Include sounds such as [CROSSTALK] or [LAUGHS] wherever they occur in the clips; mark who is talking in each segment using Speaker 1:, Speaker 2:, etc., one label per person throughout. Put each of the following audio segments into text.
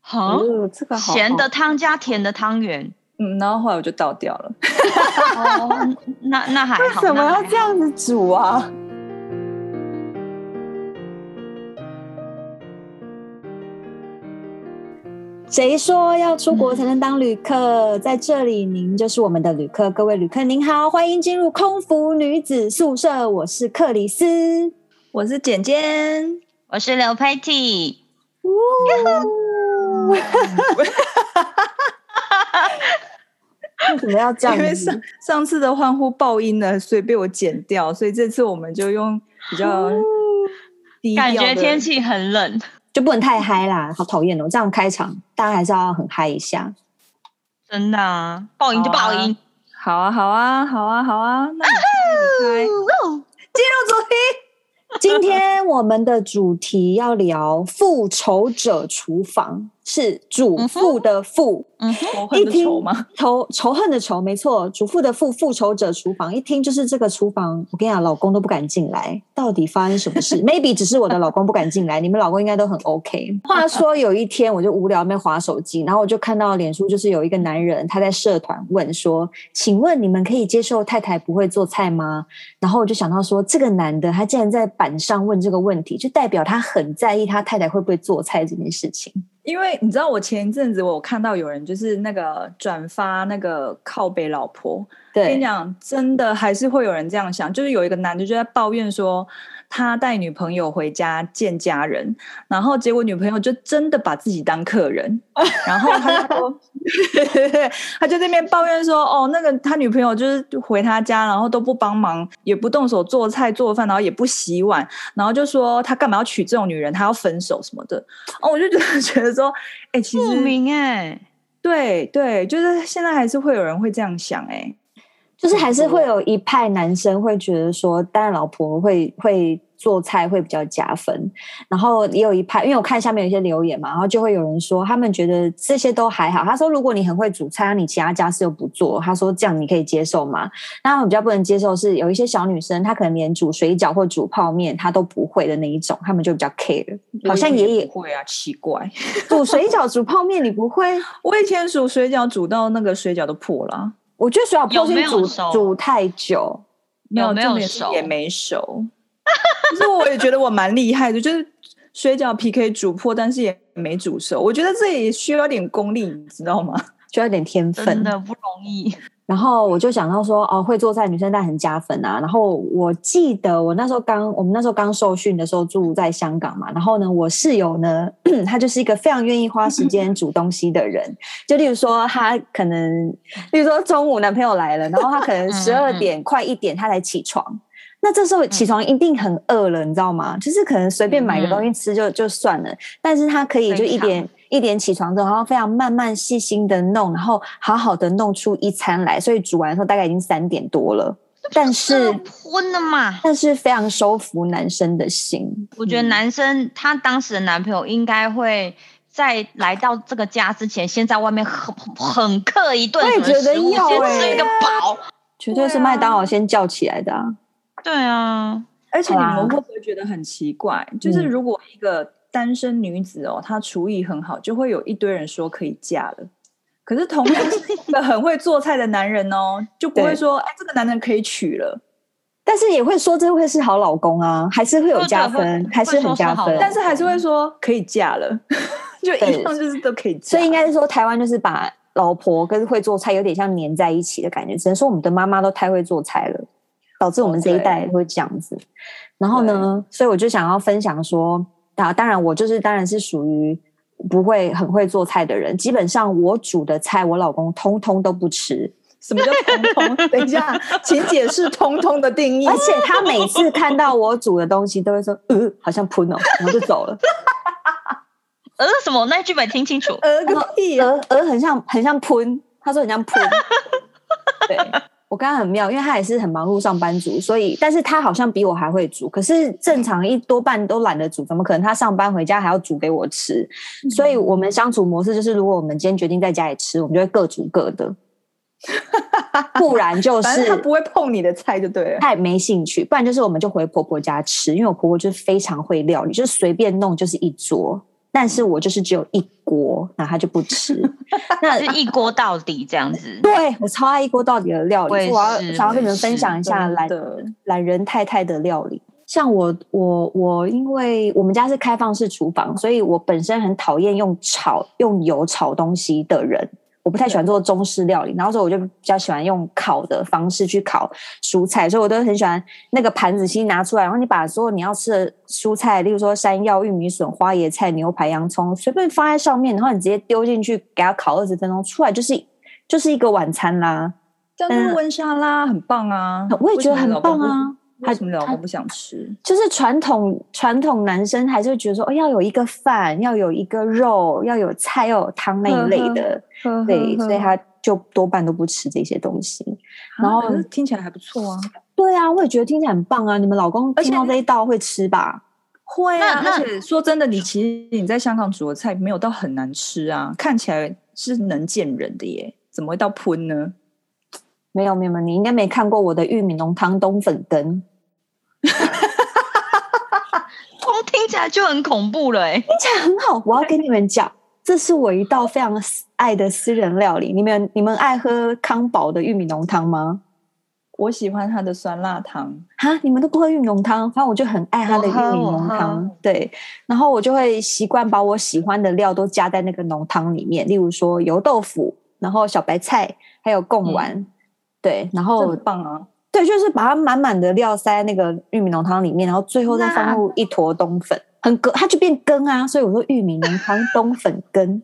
Speaker 1: 好、
Speaker 2: 哦，这个好
Speaker 1: 咸的
Speaker 2: 好
Speaker 1: 汤加甜的汤圆。
Speaker 2: 嗯，然后后来我就倒掉了。
Speaker 1: 哦，那 [LAUGHS] 那还
Speaker 2: 为
Speaker 1: 好。
Speaker 2: 什么
Speaker 1: 那还好
Speaker 2: 要这样子煮啊？
Speaker 3: [LAUGHS] 谁说要出国才能当旅客？在这里，您就是我们的旅客。各位旅客，您好，欢迎进入空服女子宿舍。我是克里斯。
Speaker 2: 我是简简，
Speaker 1: 我是刘佩蒂，
Speaker 3: 为什么要这
Speaker 2: 因为
Speaker 3: 样
Speaker 2: 上
Speaker 3: 子？
Speaker 2: 上次的欢呼爆音呢，所以被我剪掉，所以这次我们就用比较低调
Speaker 1: 感
Speaker 2: 的
Speaker 1: 觉天气很冷。
Speaker 3: 就不能太嗨啦，好讨厌哦！这样开场，大家还是要很嗨一下。
Speaker 1: 真的啊，报应就
Speaker 2: 好啊
Speaker 1: 报应。
Speaker 2: 好啊，好啊，好啊，好啊，那你开进入主题。
Speaker 3: 今天我们的主题要聊《复仇者厨房》，是
Speaker 2: 嗯
Speaker 3: 主妇的妇。
Speaker 1: 嗯哼，
Speaker 2: 仇恨的仇吗？
Speaker 3: 仇仇恨的仇，没错，主妇的妇，复仇者厨房，一听就是这个厨房。我跟你讲，老公都不敢进来，到底发生什么事？Maybe 只是我的老公不敢进来，你们老公应该都很 OK。话说有一天，我就无聊在划手机，然后我就看到脸书就是有一个男人他在社团问说：“请问你们可以接受太太不会做菜吗？”然后我就想到说，这个男的他竟然在板上问这个问题，就代表他很在意他太太会不会做菜这件事情。
Speaker 2: [LAUGHS] 因为你知道，我前一阵子我有看到有人就是那个转发那个靠北老婆，跟你
Speaker 3: 对，
Speaker 2: 讲，真的还是会有人这样想，就是有一个男的就在抱怨说，他带女朋友回家见家人，然后结果女朋友就真的把自己当客人，然后他就说，他就在那边抱怨说，哦，那个他女朋友就是回他家，然后都不帮忙，也不动手做菜做饭，然后也不洗碗，然后就说他干嘛要娶这种女人，他要分手什么的。哦，我就觉得觉得说，哎、其
Speaker 1: 不
Speaker 2: 实
Speaker 1: 明哎，
Speaker 2: 对对，就是现在还是会有人会这样想、哎。
Speaker 3: 就是还是
Speaker 1: 嗯
Speaker 3: 会有一派男生会觉得说，当然老婆会会做菜会比较加分，然后也有一派，因为我看下面有一些留言嘛，然后就会有人说他们觉得这些都还好。他说如果你很会煮菜，那你其他家事又不做，他说这样你可以接受吗？那我比较不能接受是有一些小女生，她可能连煮水饺或煮泡面她都不会的那一种，他们就比较 care。好
Speaker 1: 嗯
Speaker 3: 像也有
Speaker 2: 不会啊，奇怪。 [LAUGHS]
Speaker 3: 煮水饺、煮泡面你不会？
Speaker 2: 我以前煮水饺煮到那个水饺都破了啊，
Speaker 3: 我觉得水饺
Speaker 1: 有
Speaker 3: 泡
Speaker 1: 没
Speaker 3: 面
Speaker 1: 有
Speaker 3: 煮
Speaker 1: 熟
Speaker 3: 煮太久，
Speaker 2: 没有
Speaker 1: 没
Speaker 2: 重
Speaker 1: 有
Speaker 2: 点是
Speaker 1: 熟？
Speaker 2: 也没熟。 [LAUGHS] 可是我也觉得我蛮厉害的，就是水饺皮可以煮破，但是也没煮熟。我觉得这也需要点功力，你知道吗？ [LAUGHS]
Speaker 3: 就有点天分。
Speaker 1: 真的不容易。
Speaker 3: 然后我就想到说，哦，会做菜女生但很加分啊。然后我记得我那时候刚，我们那时候刚受训的时候住在香港嘛。然后呢，我室友呢， [CLEARS THROAT] 她就是一个非常愿意花时间煮东西的人。就例如说，她可能，例如说中午男朋友来了，然后她可能十二点快一点她才起床。那这时候起床一定很饿了，你知道吗？就是可能随便买个东西吃就就算了，但是她可以就一点一点起床之后，然后非常慢慢细心的弄，然后好好的弄出一餐来，所以煮完的时候大概已经三点多了，但
Speaker 1: [LAUGHS]
Speaker 3: 是
Speaker 1: 昏了嘛？
Speaker 3: 但是非常收服男生的心，
Speaker 1: 我觉得男生他当时的男朋友应该会。在来到这个家之前，先在外面很很刻一顿
Speaker 3: 我也
Speaker 1: 什么
Speaker 3: 觉得
Speaker 1: 食物，
Speaker 3: 要
Speaker 1: 先
Speaker 3: 欸
Speaker 1: 吃一个饱。啊
Speaker 3: 绝对是麦当劳先叫起来的、啊。
Speaker 1: 对啊，
Speaker 2: 而且你
Speaker 3: 好啊
Speaker 2: 们会不会觉得很奇怪？就是如果一个单身女子哦，她厨艺很好，就会有一堆人说可以嫁了。可是同样是一个很会做菜的男人哦，就不会
Speaker 3: 对
Speaker 2: 说哎，这个男人可以娶了。
Speaker 3: 但是也会说这会是好老公啊，还是会有加分
Speaker 1: 会，
Speaker 3: 还是很
Speaker 1: 会说是
Speaker 3: 加
Speaker 1: 好老
Speaker 3: 分
Speaker 1: 公。
Speaker 2: 但是还是会说可以嫁了， [LAUGHS] 就一样就是都可以嫁。
Speaker 3: 所以应该是说，台湾就是把老婆跟会做菜有点像粘在一起的感觉，只能说我们的妈妈都太会做菜了，导致我们这一代会这样子。然后呢，所以我就想要分享说，啊，当然我就是当然是属于不会很会做菜的人，基本上我煮的菜，我老公通通都不吃。
Speaker 2: 什么叫通
Speaker 3: [LAUGHS]
Speaker 2: 通？等一下，请解释“通通”的定义
Speaker 3: 而。且他每次看到我煮的东西，都会说：“呃，好像喷哦。”然后就走了。
Speaker 1: 呃，什么？我那句没听
Speaker 2: [LAUGHS]
Speaker 1: 清楚。
Speaker 2: 呃个屁啊！
Speaker 3: 鹅鹅很像很像喷，他说很像
Speaker 2: [LAUGHS]
Speaker 3: 喷。对我刚刚很妙，因为他也是很忙碌上班族，所以但是他好像比我还会煮，可是正常一多半都懒得煮，怎么可能他上班回家还要煮给我吃？所
Speaker 2: 嗯
Speaker 3: 以我们相处模式就是，如果我们今天决定在家里吃，我们就会各煮各
Speaker 2: [LAUGHS]
Speaker 3: 的，不然就
Speaker 2: 反正他
Speaker 3: 哦是。
Speaker 2: 不会碰你的菜就对了。
Speaker 3: 太没兴趣，不然就是我们就回婆婆家吃，因为我婆婆就是非常会料理，就是随便弄就是一桌。但是我就是只有一锅，那他就不吃。那
Speaker 1: 是一锅到底这样子。
Speaker 3: 对我超爱一锅到底的料理，
Speaker 1: 我
Speaker 3: 所
Speaker 1: 也
Speaker 3: 以我要
Speaker 1: 是
Speaker 3: 想要
Speaker 1: 我
Speaker 3: 跟你
Speaker 1: 也
Speaker 3: 们分
Speaker 1: 是
Speaker 3: 享一下
Speaker 2: 真
Speaker 3: 懒
Speaker 2: 的
Speaker 3: 懒人太太的料理。像我，我，我，因为我们家是开放式厨房，所以我本身很讨厌用炒用油炒东西的人，我不太喜欢做中式料理，然后所以我就比较喜欢用烤的方式去烤蔬菜，所以我都很喜欢那个盘子先拿出来，然后你把所有你要吃的蔬菜，例如说山药、玉米笋、花椰菜、牛排、洋葱，随便放在上面，然后你直接丢进去，给它烤二十分钟，出来就是就是一个晚餐啦。
Speaker 2: 这样就是温莎拉很棒啊，
Speaker 3: 嗯我也觉得很棒
Speaker 2: 为什么老
Speaker 3: 啊
Speaker 2: 公。不。为什么老公不想吃？
Speaker 3: 就是传统传统男生还是会觉得说，哦，要有一个饭，要有一个肉，要有菜，要有汤那一类的，对，所以他就多半都不吃这些东西。
Speaker 2: 啊
Speaker 3: 然后
Speaker 2: 可是听起来还不错啊。
Speaker 3: 对啊，我也觉得听起来很棒啊！你们老公
Speaker 2: 而且
Speaker 3: 听到这一道会吃吧？
Speaker 2: 会啊，
Speaker 1: 那
Speaker 2: 而且说真的，你其实你在香港煮的菜没有到很难吃啊，看起来是能见人的耶，怎么会到喷呢？
Speaker 3: 没有没有，没有你应该没看过我的玉米浓汤冬粉羹，
Speaker 1: 光听起来就很恐怖了、欸， [LAUGHS]
Speaker 3: 听起来很好。我要跟你们讲，这是我一道非常私爱的私人料理。你们你们爱喝康宝的玉米浓汤吗？
Speaker 2: 我喜欢它的酸辣汤，
Speaker 3: 哈，你们都不喝玉米浓汤，反正我就很爱它的玉
Speaker 1: 我喝
Speaker 3: 米
Speaker 1: 我
Speaker 3: 浓
Speaker 1: 喝
Speaker 3: 汤。对，然后我就会习惯把我喜欢的料都加在那个浓汤里面，例如说油豆腐，然后小白菜，还有
Speaker 1: 嗯
Speaker 3: 贡丸。对，然
Speaker 2: 这
Speaker 3: 后
Speaker 2: 很棒啊！
Speaker 3: 对，就是把它满满的料塞在那个玉米浓汤里面，然后最后再放入一坨冬粉，很羹，它就变羹啊。所以我说玉米浓汤冬粉
Speaker 1: [LAUGHS]
Speaker 3: 羹。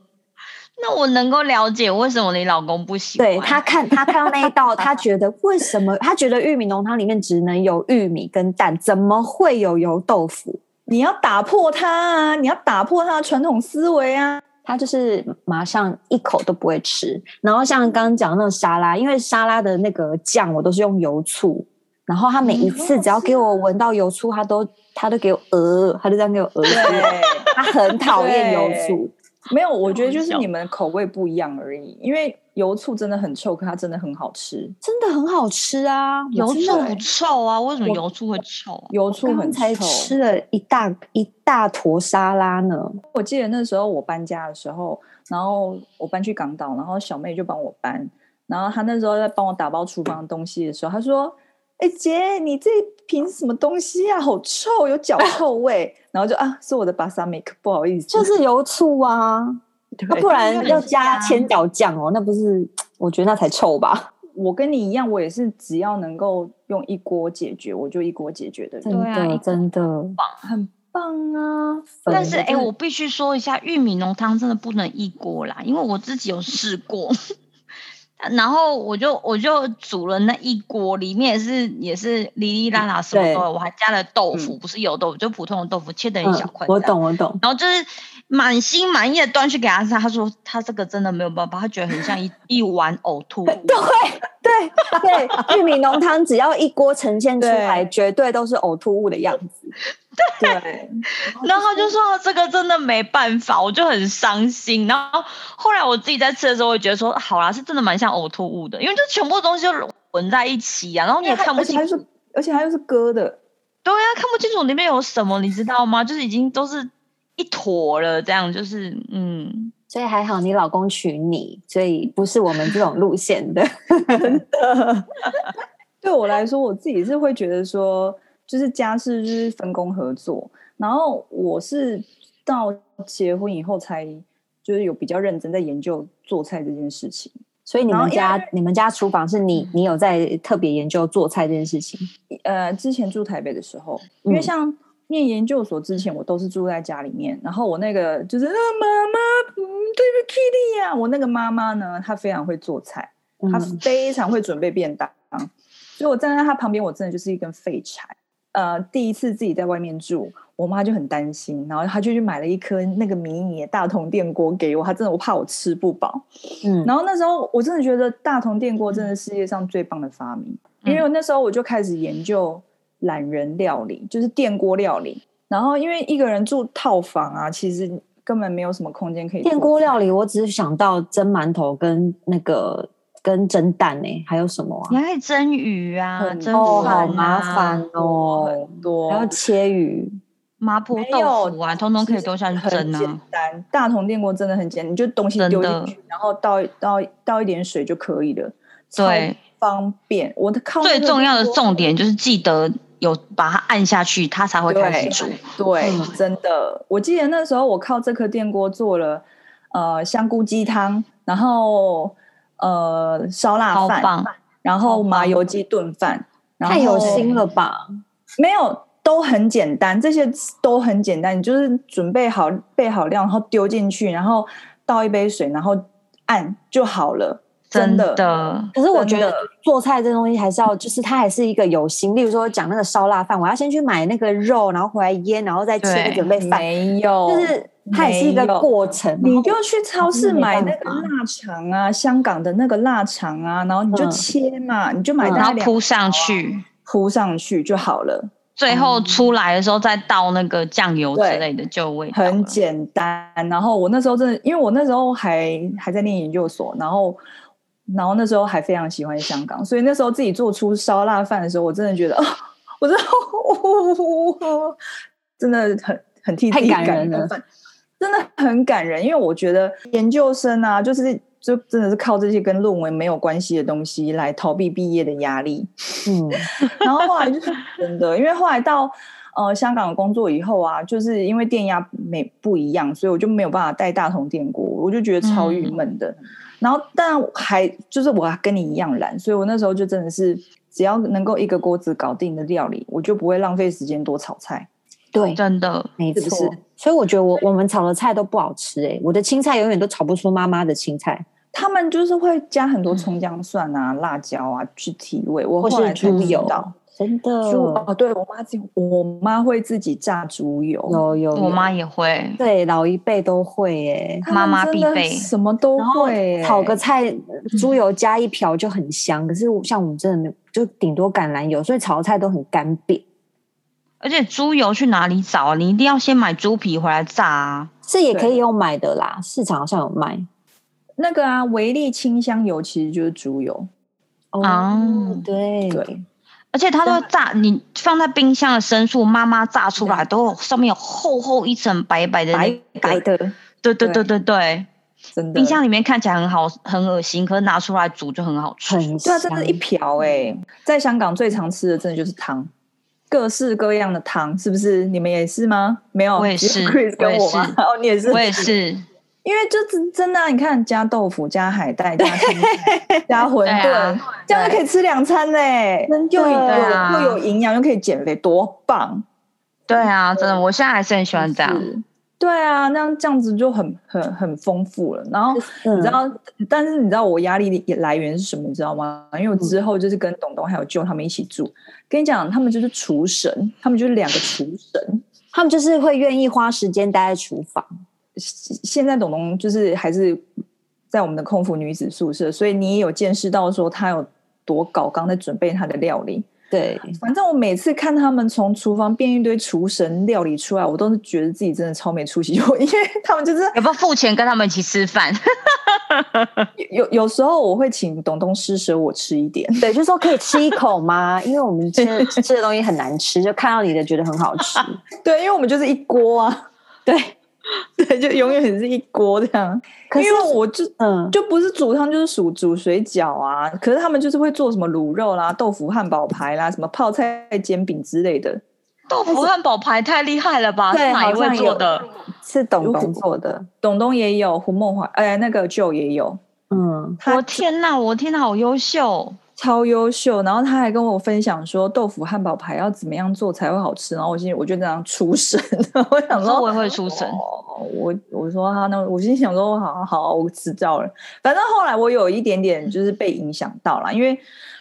Speaker 1: 那我能够了解为什么你老公不喜欢。
Speaker 3: 对他看他看到那一道，他觉得为什么？他觉得玉米浓汤里面只能有玉米跟蛋，怎么会有油豆腐？
Speaker 2: 你要打破它啊！你要打破它的传统思维啊！
Speaker 3: 他就是马上一口都不会吃。然后像刚刚讲的那种沙拉，因为沙拉的那个酱我都是用油醋，然后他
Speaker 1: 嗯
Speaker 3: 每一次只要给
Speaker 1: 啊
Speaker 3: 我闻到油醋，他都他都给我呃，他就这样给我呃，
Speaker 2: 对，
Speaker 3: 他
Speaker 1: [LAUGHS]
Speaker 3: 很讨厌油醋。
Speaker 2: [LAUGHS] 没有，我觉得就是
Speaker 1: 好笑
Speaker 2: 你们的口味不一样而已。因为油醋真的很臭，可它真的很好吃。
Speaker 3: 真的很好吃啊！我
Speaker 1: 油
Speaker 3: 真
Speaker 1: 醋
Speaker 3: 的
Speaker 1: 不臭啊，为什么油醋会臭啊？
Speaker 2: 油醋
Speaker 3: 刚
Speaker 2: 很
Speaker 3: 刚才
Speaker 2: 臭。
Speaker 3: 吃了一大一大坨沙拉呢，
Speaker 2: 我记得那时候我搬家的时候，然后我搬去港岛，然后小妹就帮我搬，然后她那时候在帮我打包厨房的东西的时候，她说：“哎、姐，你这瓶什么东西啊？好臭，有脚臭味。” [LAUGHS] 然后就啊，是我的 balsamic，不好意思， [LAUGHS]
Speaker 3: 就是油醋啊，
Speaker 2: 对
Speaker 3: 啊不
Speaker 1: 哎
Speaker 3: 然要加
Speaker 1: 很香
Speaker 3: 千岛酱哦，那不是我觉得那才臭吧？
Speaker 2: 我跟你一样，我也是只要能够用一锅解决，我就一锅解决的
Speaker 3: 真
Speaker 2: 人，
Speaker 1: 对啊
Speaker 3: 的真的，
Speaker 2: 很棒啊！
Speaker 3: 粉
Speaker 1: 但是
Speaker 2: 我
Speaker 1: 哎、
Speaker 2: 真的
Speaker 1: 我必须说一下，玉米浓汤真的不能一锅啦，因为我自己有试过。 [LAUGHS] 然后我就我就煮了那一锅，里面也是也是哩哩啦啦什么
Speaker 3: 嗯对嗯
Speaker 1: 都有，我还加了豆腐，不是油豆腐，就普通的豆腐切成一小块、
Speaker 3: 我。懂我懂，
Speaker 1: 然后就是满心满意的端去给他吃，他说他这个真的没有办法，他觉得很像一一碗呕吐物。
Speaker 3: 对对，玉米浓汤只要一锅呈现出来，
Speaker 2: 对
Speaker 3: 绝对都是呕吐物的样子。
Speaker 2: 对，
Speaker 1: 然后就说啊这个真的没办法，我就很伤心。然后后来我自己在吃的时候，我觉得说，好啦，是真的蛮像呕吐物的，因为就全部东西都混在一起啊呀、然后你也看不
Speaker 2: 而且它
Speaker 1: 清
Speaker 2: 又
Speaker 1: 楚，
Speaker 2: 是，而且它又是割的，
Speaker 1: 对啊，看不清楚里面有什么，你知道吗？就是已经都是一坨了，这样就是嗯，
Speaker 3: 所以还好你老公娶你，所以不是我们这种路线 [LAUGHS] 的。
Speaker 2: 对我来说，我自己是会觉得说，就是家事就是分工合作。然后我是到结婚以后才就是有比较认真在研究做菜这件事情。
Speaker 3: 所以你
Speaker 2: 然后
Speaker 3: 们
Speaker 2: 因为
Speaker 3: 家你们家厨房是你你有在特别研究做菜这件事情？
Speaker 2: 呃，之前住台北的时候，因为
Speaker 3: 嗯
Speaker 2: 像念研究所之前，我都是住在家里面。然后我那个就是啊，妈妈，嗯，对不起你呀、我那个妈妈呢，她非常会做菜，她
Speaker 3: 嗯
Speaker 2: 非常会准备便当，所以我站在她旁边，我真的就是一根废柴。呃，第一次自己在外面住，我妈就很担心，然后她就去买了一颗那个迷你的大铜电锅给我，她真的我怕我吃不饱。
Speaker 3: 嗯，
Speaker 2: 然后那时候我真的觉得大同电锅真的是世界上最棒的发明，
Speaker 1: 嗯
Speaker 2: 因为我那时候我就开始研究懒人料理，就是电锅料理。然后因为一个人住套房啊，其实根本没有什么空间可以
Speaker 3: 电锅料
Speaker 2: 理。
Speaker 3: 理我只是想到蒸馒头跟那个跟蒸蛋呢、还有什么
Speaker 1: 你
Speaker 3: 啊？
Speaker 1: 还可以蒸鱼啊，
Speaker 2: 很
Speaker 1: 蒸
Speaker 2: 多
Speaker 3: 哦，
Speaker 1: 饭、啊
Speaker 3: 好麻烦哦，
Speaker 2: 很多
Speaker 3: 还要切鱼，
Speaker 1: 麻婆豆腐啊，通通可以丢下去
Speaker 2: 很
Speaker 1: 蒸啊
Speaker 2: 简。单，大同电锅真的很简单，你就东西
Speaker 1: 真
Speaker 2: 丢
Speaker 1: 的
Speaker 2: 进去，然后倒一倒一倒一点水就可以了，超
Speaker 1: 对
Speaker 2: 方便。我的靠，
Speaker 1: 最重要的重点就是记得有把它按下去，它才会开始
Speaker 2: 对
Speaker 1: 煮。
Speaker 2: 对
Speaker 3: 嗯，
Speaker 2: 真的，我记得那时候我靠这颗电锅做了呃香菇鸡汤，然后呃烧腊
Speaker 1: 超
Speaker 2: 饭
Speaker 1: 棒，
Speaker 2: 然后
Speaker 1: 超棒
Speaker 2: 麻油鸡炖饭，然后
Speaker 3: 太有心了吧？
Speaker 2: 没有，都很简单，这些都很简单。你就是准备好备好料，然后丢进去，然后倒一杯水，然后按就好了。真的，
Speaker 1: 的，
Speaker 3: 可是我觉
Speaker 2: 真
Speaker 3: 得
Speaker 2: 的
Speaker 3: 做菜这东西还是要，就是它还是一个有心。例如说讲那个烧腊饭，我要先去买那个肉，然后回来腌，然后再切
Speaker 1: 对
Speaker 3: 准备饭，
Speaker 2: 没有，
Speaker 3: 就是它也是一个
Speaker 2: 没有
Speaker 3: 过程。嗯
Speaker 2: 你就去超市买那个
Speaker 3: 真的没办
Speaker 2: 腊肠啊，香港的那个腊肠啊，然后你就
Speaker 3: 嗯
Speaker 2: 切嘛，你就买
Speaker 3: 嗯
Speaker 2: 大
Speaker 1: 然
Speaker 2: 概
Speaker 1: 后
Speaker 2: 两
Speaker 1: 铺上去，
Speaker 2: 铺上去就好了，
Speaker 1: 最后出来的时候再倒那个酱油之
Speaker 2: 对
Speaker 1: 类的，就有味道了
Speaker 2: 很简单。然后我那时候真的，因为我那时候还还在念研究所，然后然后那时候还非常喜欢香港，所以那时候自己做出烧腊饭的时候，我真的觉得， [LAUGHS] 啊，我真的、真的很很替自己
Speaker 3: 太感人
Speaker 2: 到
Speaker 3: 了
Speaker 2: 饭，真的很感人。因为我觉得研究生啊，就是就真的是靠这些跟论文没有关系的东西来逃避毕业的压力。
Speaker 3: 嗯，
Speaker 2: 然后后来就是真的，因为后来到呃香港工作以后啊，就是因为电压没不一样，所以我就没有办法带大同电锅，我就觉得超
Speaker 3: 嗯
Speaker 2: 郁闷的。然后但还就是我还跟你一样懒，所以我那时候就真的是只要能够一个锅子搞定的料理，我就不会浪费时间多炒菜。
Speaker 3: 对，
Speaker 1: 真的。
Speaker 3: 没
Speaker 2: 是不
Speaker 3: 错
Speaker 2: 是。
Speaker 3: 所以我觉得我我们炒的菜都不好吃哎、我的青菜永远都炒不出妈妈的青菜，
Speaker 2: 他们就是会加很多
Speaker 1: 嗯
Speaker 2: 葱姜蒜啊、辣椒啊去提味，我
Speaker 3: 或
Speaker 2: 后来
Speaker 3: 是
Speaker 2: 才
Speaker 3: 猪
Speaker 2: 知
Speaker 3: 油
Speaker 2: 道。，
Speaker 3: 真的
Speaker 2: 猪哦，对我妈自己，我妈会自己炸猪油，
Speaker 3: 有有有
Speaker 1: 我妈也会，
Speaker 3: 对老一辈都会哎、
Speaker 2: 他
Speaker 1: 妈
Speaker 2: 们
Speaker 1: 妈
Speaker 2: 真
Speaker 1: 必
Speaker 2: 的
Speaker 1: 备
Speaker 2: 什么都
Speaker 3: 然后
Speaker 2: 会、
Speaker 3: 炒个菜，
Speaker 2: 嗯
Speaker 3: 猪油加一瓢就很香。可是我像我们真的没有，就顶多橄榄油，所以炒的菜都很干瘪。
Speaker 1: 而且猪油去哪里找啊？你一定要先买猪皮回来炸啊！
Speaker 3: 这也可以
Speaker 2: 对
Speaker 3: 用买的啦，市场好像有卖。
Speaker 2: 那个啊，维力清香油其实就是猪油，
Speaker 3: 哦，
Speaker 1: 啊
Speaker 3: 对
Speaker 2: 嗯对，
Speaker 1: 而且它都要炸，你放在冰箱的深处，妈妈炸出来都有上面有厚厚一层白白的那
Speaker 2: 白
Speaker 1: 个，
Speaker 2: 白的，
Speaker 1: 对对对
Speaker 2: 对
Speaker 1: 对对，
Speaker 2: 真的
Speaker 1: 冰箱里面看起来很好很恶心，可是拿出来煮就很好吃。
Speaker 3: 很
Speaker 2: 对啊，
Speaker 3: 香。
Speaker 2: 真的，一瓢哎、在香港最常吃的真的就是汤，各式各样的汤，是不是？你们也是吗？没有，
Speaker 1: 我也
Speaker 2: 只有
Speaker 1: 是
Speaker 2: Chris
Speaker 1: 我
Speaker 2: 跟
Speaker 1: 也
Speaker 2: 我吗
Speaker 1: 是？
Speaker 2: 哦，你也是，
Speaker 1: 我也，是，
Speaker 2: 因为就是真的啊、你看加豆腐、加海带、加青
Speaker 1: [LAUGHS]
Speaker 2: 菜加馄
Speaker 1: 对
Speaker 2: 饨，
Speaker 1: 啊，
Speaker 2: 这样就可以吃两餐嘞、
Speaker 3: 真的
Speaker 2: 又有
Speaker 1: 对啊
Speaker 2: 又有营养，又可以减肥，多棒！
Speaker 1: 对啊，真的，我现在还是很喜欢这样。
Speaker 2: 是对啊，那样这样子就很很很丰富了。然后
Speaker 3: 嗯
Speaker 2: 你知道，但是你知道我压力的来源是什么？你知道吗？因为我
Speaker 1: 嗯
Speaker 2: 之后就是跟董董还有舅他们一起住，跟你讲，他们就是厨神，他们就是两个厨神。
Speaker 3: 他们就是会愿意花时间待在厨房。
Speaker 2: 现现在董董就是还是在我们的空服女子宿舍，所以你也有见识到说他有多搞刚在准备他的料理。 [LAUGHS]
Speaker 3: 对，
Speaker 2: 反正我每次看他们从厨房变一堆厨神料理出来，我都是觉得自己真的超没出息，因为他们就是
Speaker 1: 要不要付钱跟他们一起吃饭？ [LAUGHS]
Speaker 2: 有有时候我会请董东施舍我吃一点， [LAUGHS]
Speaker 3: 对，就说可以吃一口吗？因为我们吃的吃的东西很难吃，就看到你的觉得很好
Speaker 2: [LAUGHS]
Speaker 3: 吃。
Speaker 2: 对，因为我们就是一锅啊，
Speaker 3: 对，
Speaker 2: [LAUGHS] 对，就永远是一锅这样。
Speaker 3: 可是
Speaker 2: 因为我就
Speaker 3: 嗯，
Speaker 2: 就不是煮汤就是煮煮水饺啊，可是他们就是会做什么卤肉啦、豆腐汉堡排啦、什么泡菜煎饼之类的，
Speaker 1: 豆腐汉堡排太厉害了吧？
Speaker 3: 对
Speaker 1: 是哪一
Speaker 3: 好
Speaker 1: 位
Speaker 3: 像
Speaker 1: 做的？
Speaker 3: 是董
Speaker 2: 如果
Speaker 3: 董做的。
Speaker 2: 董东也有，胡梦华哎、那个舅也有，
Speaker 3: 嗯，
Speaker 2: 他
Speaker 1: 我天呐，我天呐，好优秀！
Speaker 2: 超优秀，然后他还跟我分享说豆腐汉堡排要怎么样做才会好吃，然后我心里我就这样出神， [LAUGHS] 我想
Speaker 1: 我
Speaker 2: 说
Speaker 1: 我也会出神，
Speaker 2: 哦，我我说他那我心想说好好，啊我知道了。反正后来我有一点点就是被影响到了，因为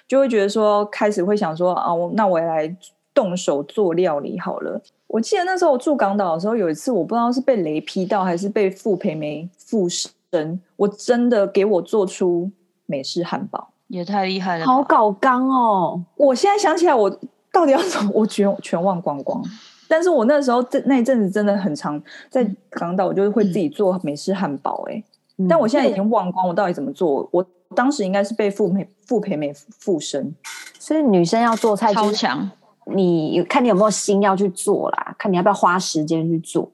Speaker 2: 就会觉得说开始会想说啊，我那我也来动手做料理好了。我记得那时候我住港岛的时候，有一次我不知道是被雷劈到还是被傅培梅附身，我真的给我做出美式汉堡。
Speaker 1: 也太厉害了吧，
Speaker 3: 好搞刚哦。
Speaker 2: 我现在想起来，我到底要怎么？我全全忘光光。但是我那时候这那一阵子真的很常在港岛，我就会自己做美式汉堡、欸。哎、
Speaker 3: 嗯
Speaker 2: 但我现在已经忘光我到底怎么做。我当时应该是被傅培傅培美附身，
Speaker 3: 嗯所以女生要做菜
Speaker 1: 超
Speaker 3: 就是
Speaker 1: 强，
Speaker 3: 你看你有没有心要去做啦，看你要不要花时间去做。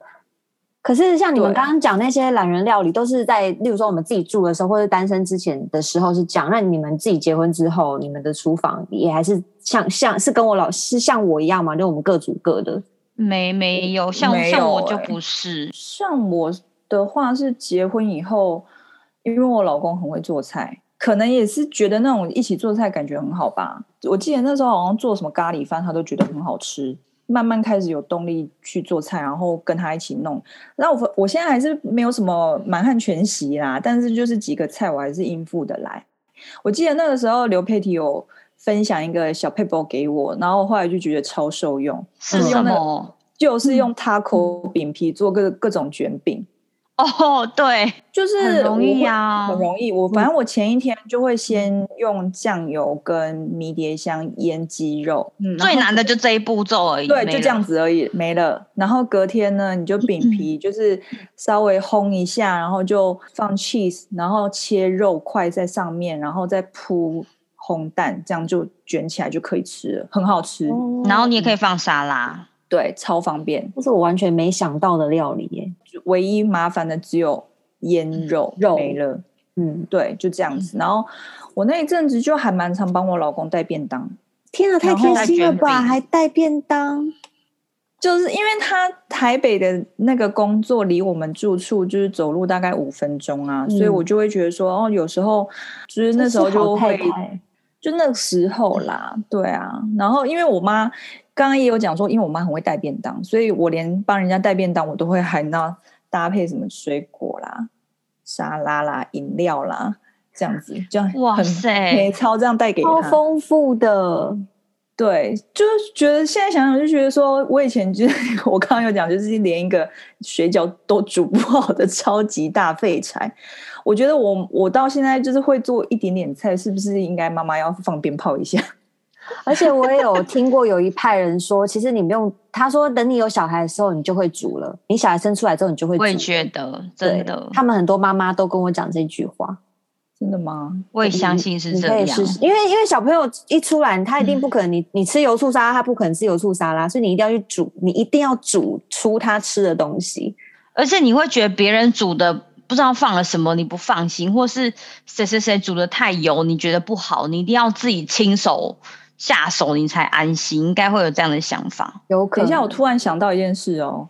Speaker 3: 可是像你们
Speaker 2: 对啊
Speaker 3: 刚刚讲那些懒人料理，都是在例如说我们自己住的时候，或者单身之前的时候是这样。那你们自己结婚之后，你们的厨房也还是像像是跟我老是像我一样嘛？就我们各煮各的。
Speaker 1: 没没有，像
Speaker 2: 没
Speaker 1: 像我
Speaker 2: 有
Speaker 1: 就
Speaker 2: 欸
Speaker 1: 不是，
Speaker 2: 像我的话是结婚以后，因为我老公很会做菜，可能也是觉得那种一起做菜感觉很好吧。我记得那时候好像做什么咖喱饭，他都觉得很好吃。慢慢开始有动力去做菜，然后跟他一起弄。那我我现在还是没有什么满汉全席啦，但是就是几个菜我还是应付的来。我记得那个时候刘佩提有分享一个小配包给我，然后我后来就觉得超受用，
Speaker 1: 是什
Speaker 2: 用那个
Speaker 1: 么？
Speaker 2: 就是用 taco 饼皮做各各种卷饼，
Speaker 1: 哦，对，
Speaker 2: 就是
Speaker 1: 很容易啊呀嗯
Speaker 2: 我会很容易。我反正我前一天就会先用酱油跟迷迭香腌鸡肉，嗯，然后
Speaker 1: 最难的就这一步骤而已，
Speaker 2: 对，
Speaker 1: 没
Speaker 2: 就
Speaker 1: 了嗯
Speaker 2: 这样子而已，没了。然后隔天呢，你就饼皮就是稍微烘一下，然后就放 cheese，然后切肉块在上面，然后再铺烘蛋，这样就卷起来就可以吃了，很好吃，
Speaker 1: 嗯然后你
Speaker 3: 嗯
Speaker 2: 嗯
Speaker 1: 也可以放沙拉，
Speaker 2: 对，超方便。
Speaker 3: 这是我完全没想到的料理耶。
Speaker 2: 唯一麻烦的只有腌
Speaker 1: 嗯
Speaker 2: 肉，
Speaker 3: 肉
Speaker 2: 没了。
Speaker 3: 嗯，
Speaker 2: 对，就这样子。然后我那一阵子就还蛮常帮我老公带便当，
Speaker 3: 天啊，太
Speaker 2: 然后
Speaker 3: 贴
Speaker 1: 再
Speaker 3: 心了
Speaker 1: 卷
Speaker 3: 吧！
Speaker 1: 饼
Speaker 3: 还带便当，
Speaker 2: 就是因为他台北的那个工作离我们住处就是走路大概五分钟啊，所以
Speaker 3: 嗯
Speaker 2: 我就会觉得说，哦，有时候就是那
Speaker 3: 真
Speaker 2: 时
Speaker 3: 是
Speaker 2: 候就
Speaker 3: 好太
Speaker 2: 会
Speaker 3: 太
Speaker 2: 就那个时候啦，对啊。然后因为我妈刚刚也有讲说，因为我妈很会带便当，所以我连帮人家带便当，我都会还那搭配什么水果啦、沙拉啦、饮料啦，这样子，这样
Speaker 1: 哇
Speaker 2: 很
Speaker 1: 塞
Speaker 2: 美超这样带给
Speaker 3: 超
Speaker 2: 她。
Speaker 3: 丰富的，
Speaker 2: 对，就是觉得现在想想就觉得说，我以前就是 [LAUGHS] 我刚刚有讲，就是连一个水饺都煮不好的超级大废柴。我觉得我我到现在就是会做一点点菜，是不是应该妈妈要放鞭炮一下？ [LAUGHS]
Speaker 3: [LAUGHS] 而且我也有听过有一派人说，其实你不用，他说等你有小孩的时候，你就会煮了。你小孩生出来之后，你就会煮。
Speaker 1: 我也觉得
Speaker 3: 对
Speaker 1: 真的，
Speaker 3: 他们很多妈妈都跟我讲这句话。
Speaker 2: 真的吗？
Speaker 1: 我也相信是
Speaker 3: 你
Speaker 1: 这
Speaker 3: 可以
Speaker 1: 样嗯
Speaker 3: 试。试，因为因为小朋友一出来，他一定不可能，你你吃油醋沙拉，他不可能吃油醋沙拉，所以你一定要去煮，你一定要煮出他吃的东西。
Speaker 1: 而且你会觉得别人煮的不知道放了什么，你不放心，或是谁谁谁煮的太油，你觉得不好，你一定要自己亲手下手，你才安心。应该会有这样的想法。
Speaker 3: 有可
Speaker 2: 等
Speaker 3: 能。
Speaker 2: 一下，我突然想到一件事哦，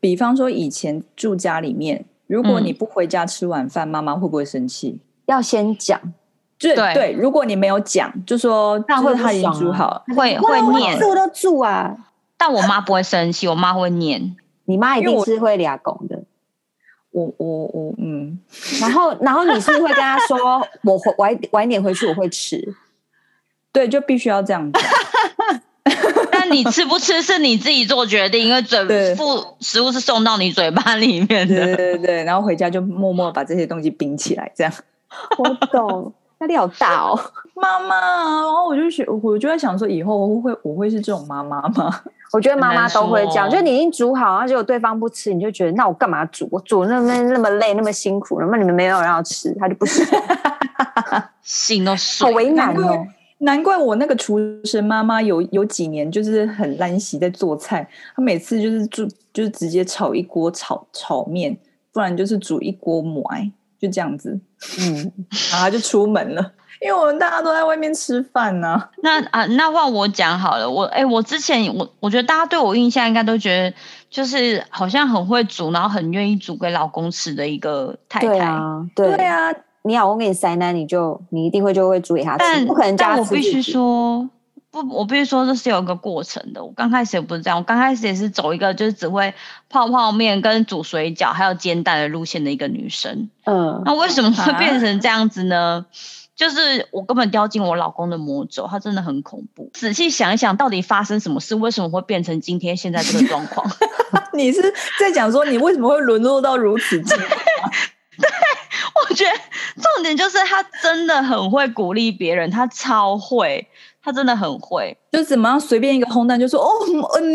Speaker 2: 比方说以前住家里面，如果
Speaker 1: 嗯
Speaker 2: 你不回家吃晚饭，妈妈会不会生气？
Speaker 3: 要先讲，
Speaker 2: 就
Speaker 1: 对
Speaker 2: 对，如果你没有讲，就说
Speaker 3: 那
Speaker 2: 就是
Speaker 3: 会不
Speaker 2: 他已经
Speaker 3: 爽
Speaker 2: 煮
Speaker 3: 啊
Speaker 2: 好了，
Speaker 1: 会
Speaker 3: 哇
Speaker 1: 会
Speaker 3: 我
Speaker 1: 念，
Speaker 3: 煮都煮啊，
Speaker 1: 但我妈不会生气，我妈会
Speaker 2: [LAUGHS]
Speaker 1: 念。
Speaker 3: 你妈一
Speaker 2: 因为
Speaker 3: 定
Speaker 2: 我
Speaker 3: 是会俩拱的。
Speaker 2: 我我我嗯，
Speaker 3: 然后然后你是会跟他说，
Speaker 1: [LAUGHS]
Speaker 3: 我回晚晚一点回去我会吃。
Speaker 2: 对，就必须要这样讲。
Speaker 1: 但你吃不吃是你自己做决定，因为
Speaker 2: 对
Speaker 1: 嘴付食物是送到你嘴巴里面
Speaker 2: 对对
Speaker 1: 的。
Speaker 2: 对对，然后回家就默默把这些东西冰起来，这样。
Speaker 3: 我懂，压力好大哦。
Speaker 2: [LAUGHS] 妈妈，然后我就学，我就在想说，以后我会我会是这种妈妈吗？
Speaker 3: 我觉得妈妈都会这样，
Speaker 1: 很难说
Speaker 3: 就你已经煮好，然后结果对方不吃，你就觉得那我干嘛煮？我煮那么那么累，那么辛苦，那么你们没有人要吃，他就
Speaker 1: [LAUGHS]
Speaker 3: 不吃，
Speaker 1: 心都碎
Speaker 3: 好为
Speaker 2: [LAUGHS]
Speaker 3: 难
Speaker 2: 难
Speaker 3: 哦
Speaker 2: 怪。难怪我那个厨神妈妈有有几年就是很烂习在做菜，她每次就是煮就是直接炒一锅炒炒面，不然就是煮一锅馍，就这样子，
Speaker 3: 嗯，
Speaker 2: 然后她就出门了。因为我们大家都在外面吃饭呢、
Speaker 1: 那啊，那换我讲好了。我哎、我之前我我觉得大家对我印象应该都觉得，就是好像很会煮，然后很愿意煮给老公吃的一个太太。
Speaker 3: 对啊，对
Speaker 2: 对，啊，
Speaker 3: 你老公给你塞奶，你就你一定会就会煮给他吃，
Speaker 1: 但
Speaker 3: 不可能叫
Speaker 1: 但
Speaker 3: 他
Speaker 1: 我
Speaker 3: 吃
Speaker 1: 必须
Speaker 3: 自己。
Speaker 1: 说，不，我必须说这是有一个过程的。我刚开始也不是这样，我刚开始也是走一个就是只会泡泡面、跟煮水饺还有煎蛋的路线的一个女生。[LAUGHS]
Speaker 3: 嗯，
Speaker 1: 那为什么会
Speaker 2: 啊
Speaker 1: 变成这样子呢？就是我根本掉进我老公的魔咒，他真的很恐怖。仔细想一想，到底发生什么事？为什么会变成今天现在这个状
Speaker 3: [LAUGHS]
Speaker 1: 况？
Speaker 2: 你是在讲说你为什么会沦落到如此境地？
Speaker 1: 我觉得重点就是他真的很会鼓励别人，他超会，他真的很会
Speaker 2: 就怎么样随便一个烘蛋就说哦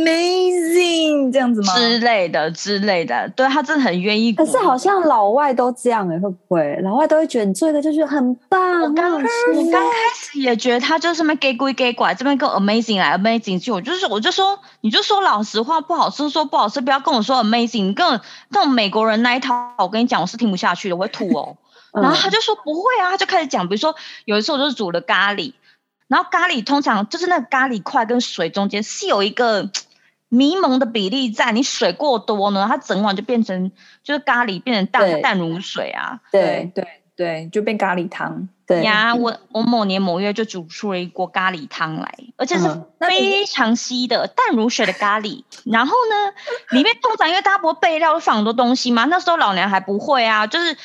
Speaker 2: amazing 这样子吗？
Speaker 1: 之类的之类的，对他真的很愿意鼓
Speaker 3: 可
Speaker 1: 励。
Speaker 3: 是好像老外都这样哎、会不会？老外都会觉得你做一个就是很棒，
Speaker 1: 我刚
Speaker 3: 很好吃
Speaker 1: 我刚开始也觉得他就是那 gay 归 gay 拐，这边跟我 amazing 来 amazing 去，我就是我就说，你就说老实话，不好吃说不好吃，不要跟我说 amazing，你跟我跟我美国人那一套，我跟你讲，我是听不下去的，我会吐
Speaker 3: [LAUGHS]
Speaker 1: 哦。
Speaker 3: 嗯
Speaker 1: 然后他就说不会啊，他就开始讲，比如说有一次我就是煮了咖喱，然后咖喱通常就是那个咖喱块跟水中间是有一个嘖迷蒙的比例在，你水过多呢，它整碗就变成就是咖喱变成
Speaker 3: 对
Speaker 1: 淡淡如水啊。
Speaker 3: 对
Speaker 2: 对对，就变咖喱汤。
Speaker 3: 对
Speaker 1: 呀，我我某年某月就煮出了一锅咖喱汤来，而且是
Speaker 3: 嗯
Speaker 2: 那你
Speaker 1: 非常稀的淡如水的咖喱。然后呢，里面通常因为大家不会备料，会放很多东西嘛。那时候老娘还不会啊，就是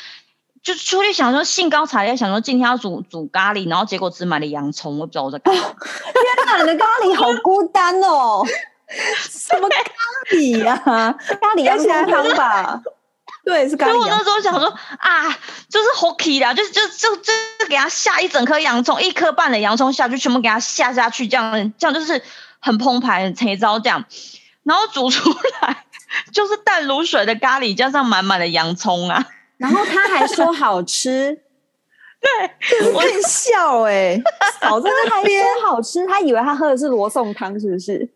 Speaker 1: 就是出去想说兴高采烈，想说今天要煮煮咖喱，然后结果只买了洋葱，我不知道我在干嘛。
Speaker 3: 天啊哪，你的咖喱好孤单哦，什么咖喱呀、咖喱要加汤吧？
Speaker 2: 对，是咖
Speaker 1: 所以我
Speaker 2: 喱
Speaker 1: 那
Speaker 2: 汤。
Speaker 1: 时候想说啊，就是 hockey 啦，就是就就就给它下一整颗洋葱，一颗半的洋葱下去，全部给它下下去，这样这样就是很澎湃、很肥糟这样。然后煮出来 [LAUGHS] 就是淡如水的咖喱，加上满满的洋葱
Speaker 2: [LAUGHS]
Speaker 1: 啊，
Speaker 3: 然后他还说好吃，欸
Speaker 1: 我
Speaker 2: 更笑哎、
Speaker 3: 嫂子还说好吃，他以为他喝的是罗宋汤，是不是？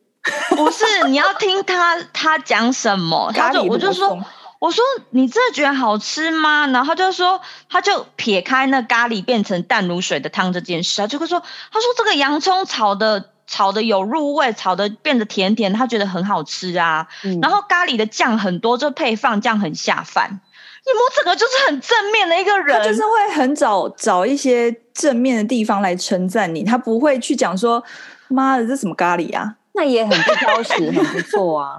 Speaker 1: 不是你要听他他讲什么，他
Speaker 2: 咖
Speaker 1: 就
Speaker 2: 喱
Speaker 1: 我就
Speaker 2: 罗
Speaker 1: 说
Speaker 2: 宋
Speaker 1: 我说你真的觉得好吃吗？然后他就说，他就撇开那咖喱变成淡如水的汤这件事啊，他就会说，他说这个洋葱炒的炒的有入味，炒的变得甜甜，他觉得很好吃啊。
Speaker 3: 嗯
Speaker 1: 然后咖喱的酱很多，就配放酱很下饭。你们整个就是很正面的一个人，
Speaker 2: 他就是会很找找一些正面的地方来称赞你，他不会去讲说妈的这什么咖喱啊，
Speaker 3: 那也很不挑食，很不错啊。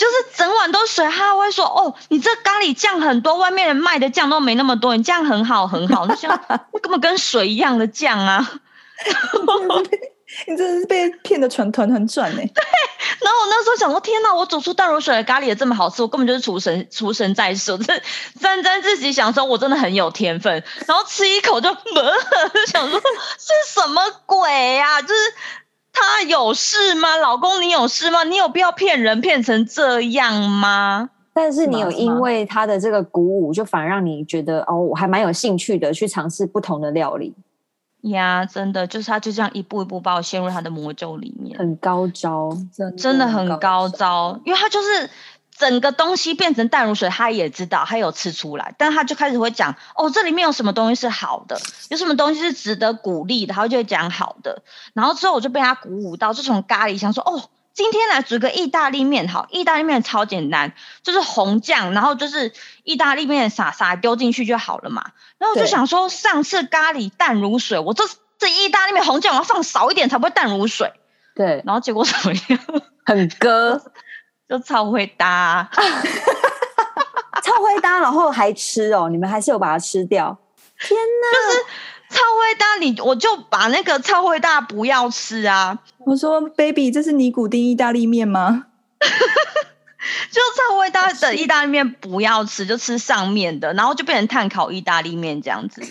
Speaker 1: 就是整碗都水，他还会说哦，你这咖喱酱很多，外面人卖的酱都没那么多，你这样很好很好，那像那根本跟水一样的酱啊。
Speaker 2: 你真的是被骗的团团团转哎、
Speaker 1: 然后我那时候想说，天哪，我煮出淡如水的咖喱也这么好吃，我根本就是厨神，厨神在世，我真沾沾自喜，想说我真的很有天分。然后吃一口就， [LAUGHS] 就想说是什么鬼呀、就是他有事吗？老公，你有事吗？你有必要骗人骗成这样吗？
Speaker 3: 但是
Speaker 2: 是
Speaker 3: 你
Speaker 2: 吗
Speaker 3: 有
Speaker 2: 是
Speaker 3: 因
Speaker 2: 吗
Speaker 3: 为他的这个鼓舞，就反而让你觉得哦，我还蛮有兴趣的，去尝试不同的料理，
Speaker 1: 呀，真的就是他就这样一步一步把我陷入他的魔咒里面。
Speaker 3: 很高招。
Speaker 2: 真
Speaker 1: 真的很高招，因为他就是整个东西变成淡如水，他也知道，他有吃出来，但他就开始会讲哦，这里面有什么东西是好的，有什么东西是值得鼓励的，他就会讲好的。然后之后我就被他鼓舞到，就从咖喱想说哦。今天来煮个意大利面，好，意大利面超简单，就是红酱，然后就是意大利面撒撒丢进去就好了嘛。然后我就
Speaker 2: 对
Speaker 1: 想说，上次咖喱淡如水，我这这意大利面红酱我要放少一点才不会淡如水。
Speaker 3: 对，
Speaker 1: 然后结果怎么样？
Speaker 3: 很割，
Speaker 1: 就超会搭啊、 [LAUGHS]
Speaker 3: 超会搭，然后还吃哦，你们还是有把它吃掉。
Speaker 1: 超会搭你我就把那个超会搭不要吃啊，
Speaker 2: 我说 baby，这是尼古丁意大利面吗？
Speaker 1: 就超会搭的意大利面不要吃，就吃上面的，然后就变成碳烤意大利面这样子。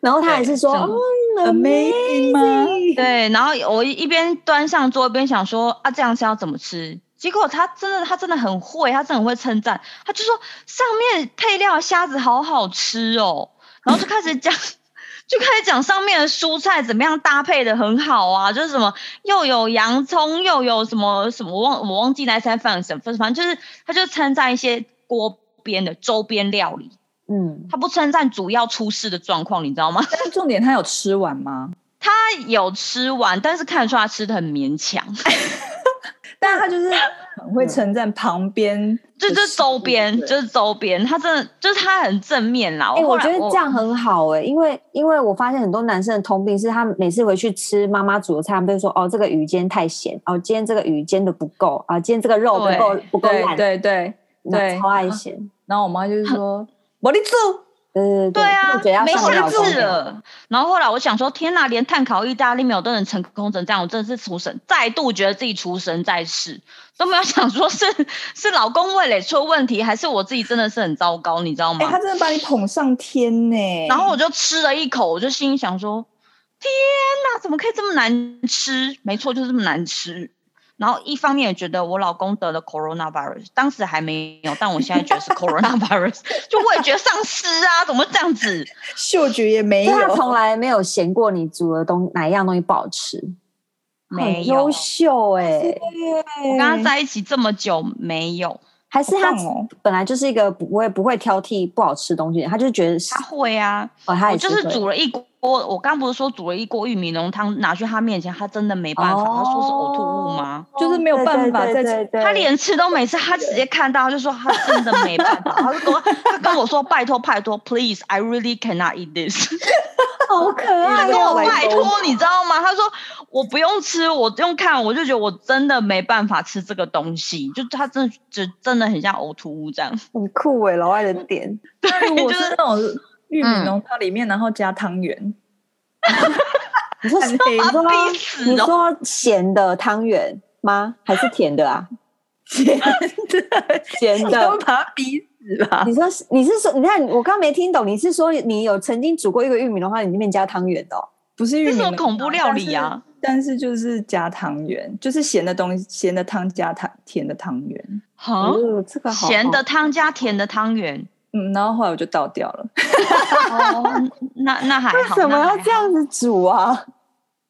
Speaker 3: 然后他还是说，
Speaker 1: 对
Speaker 3: 嗯
Speaker 2: Amazing 吗？ [LAUGHS]
Speaker 1: 对，然后我一边端上桌，一边想说啊，这样是要怎么吃？结果他真的，他真的很会，他真的很会称赞，他就说上面配料的虾子好好吃哦，然后就开始讲。 [LAUGHS] 就开始讲上面的蔬菜怎么样搭配的很好啊，就是什么又有洋葱，又有什么什么，我忘我忘记那餐饭什么，反正就是他就称赞一些锅边的周边料理，
Speaker 3: 嗯，
Speaker 1: 他不称赞主要出事的状况，你知道吗？ [LAUGHS]
Speaker 2: 但重点他有吃完吗？
Speaker 1: 他有吃完，但是看得出他吃的很勉强。
Speaker 2: 但他就是很会称赞旁边
Speaker 1: 嗯就
Speaker 2: 的食物，
Speaker 1: 就周边，
Speaker 2: 对
Speaker 1: 就是周边，他真的就是他很正面啦。
Speaker 3: 哎、
Speaker 1: 后
Speaker 3: 我
Speaker 1: 来
Speaker 3: 觉得这样很好哎、因为因为我发现很多男生的通病是，他每次回去吃妈妈煮的菜，他们都会说哦，这个鱼煎太咸，哦，今天这个鱼煎的不够啊，今天这个肉不
Speaker 1: 对啊
Speaker 3: 够不够烂，
Speaker 2: 对对对。对
Speaker 3: 超爱咸，
Speaker 2: 然后我妈就是
Speaker 1: [LAUGHS]
Speaker 2: 说：“我的猪，
Speaker 3: 对对
Speaker 1: 对啊
Speaker 3: 我觉得，要
Speaker 1: 没
Speaker 3: 上
Speaker 1: 下
Speaker 3: 老公
Speaker 1: 次了。然后后来我想说，天呐，连碳烤意大利面我都能成功成这样，我真的是厨神，再度觉得自己厨神在世，都没有想说是是老公味蕾出问题，还是我自己真的是很糟糕，你知道
Speaker 2: 哎、
Speaker 1: 吗？
Speaker 2: 他真的把你捧上天呢、
Speaker 1: 然后我就吃了一口，我就心里想说，那怎么可以这么难吃？没错，就是这么难吃。然后一方面也觉得我老公得了 coronavirus，当时还没有，但我现在觉得是 coronavirus，就 [LAUGHS] 味觉丧失啊，怎么会这样子？
Speaker 2: 嗅觉也没
Speaker 3: 所以他
Speaker 2: 有，
Speaker 3: 从来没有嫌过你煮的东哪一样东西不好吃，
Speaker 1: 没
Speaker 3: 很
Speaker 1: 有，
Speaker 3: 优
Speaker 1: 我
Speaker 3: 秀哎、
Speaker 1: 跟
Speaker 2: 我
Speaker 1: 他在一起这么久没有，
Speaker 3: 还是他
Speaker 2: 好棒哦
Speaker 3: 本来就是一个不会不会挑剔不好吃东西的人，他就觉得是
Speaker 1: 他会啊，
Speaker 3: 哦，他
Speaker 1: 我
Speaker 3: 也
Speaker 1: 就是是
Speaker 3: 会
Speaker 1: 煮了一锅，我刚不是说煮了一锅玉米浓汤拿去他面前，他真的没办法，他说是呕吐物吗？
Speaker 2: 就是没有
Speaker 1: 哦
Speaker 2: 办法
Speaker 3: 对对
Speaker 2: 再
Speaker 3: 对对
Speaker 1: 他连吃都没吃，他直接看到他就说他真的没办法，他就跟我他跟我说拜托拜托，please I really cannot eat
Speaker 3: [LAUGHS]
Speaker 1: this。
Speaker 3: 好可爱
Speaker 1: 他跟
Speaker 3: 哦，
Speaker 1: 我拜
Speaker 3: 狗
Speaker 1: 托，你知道吗？他说我不用吃，我不用看，我就觉得我真的没办法吃这个东西，就他真的就真的很像呕吐物这样。
Speaker 3: 很酷哎，老外的点，
Speaker 2: 那如果
Speaker 1: 就是
Speaker 2: 是那种玉米
Speaker 1: 嗯
Speaker 2: 浓汤里面，然后加汤
Speaker 1: [LAUGHS]
Speaker 2: 圆，
Speaker 3: 你说
Speaker 2: 很
Speaker 3: 你
Speaker 2: 黑
Speaker 3: 说
Speaker 1: 把他逼死哦
Speaker 3: 你说咸的汤圆吗？还是甜
Speaker 2: [LAUGHS]
Speaker 3: 的啊？
Speaker 2: 咸的，
Speaker 3: 咸
Speaker 2: [LAUGHS] 你
Speaker 3: 的
Speaker 2: 都，把它逼死吧。
Speaker 1: [LAUGHS]
Speaker 3: 你说是你是说你看我刚没听懂，你是说你有曾经煮过一个玉米的话，你里面加汤圆的、哦？
Speaker 2: 不是玉
Speaker 1: 这
Speaker 2: 米
Speaker 1: 是
Speaker 2: 浓
Speaker 1: 种
Speaker 2: 汤，
Speaker 1: 恐怖料理啊！
Speaker 2: 但是！但是就是加汤圆，就是咸的东西，咸的汤加汤甜的汤圆。
Speaker 1: 哈，
Speaker 3: 哦，这个好
Speaker 1: 咸的汤加甜的汤圆。
Speaker 2: 嗯，然后后来我就倒掉了，
Speaker 1: 哦，那那还
Speaker 3: 为
Speaker 1: 好。
Speaker 3: 什么
Speaker 1: 那还
Speaker 3: 要
Speaker 1: 好
Speaker 3: 这？样子煮啊？
Speaker 2: [LAUGHS]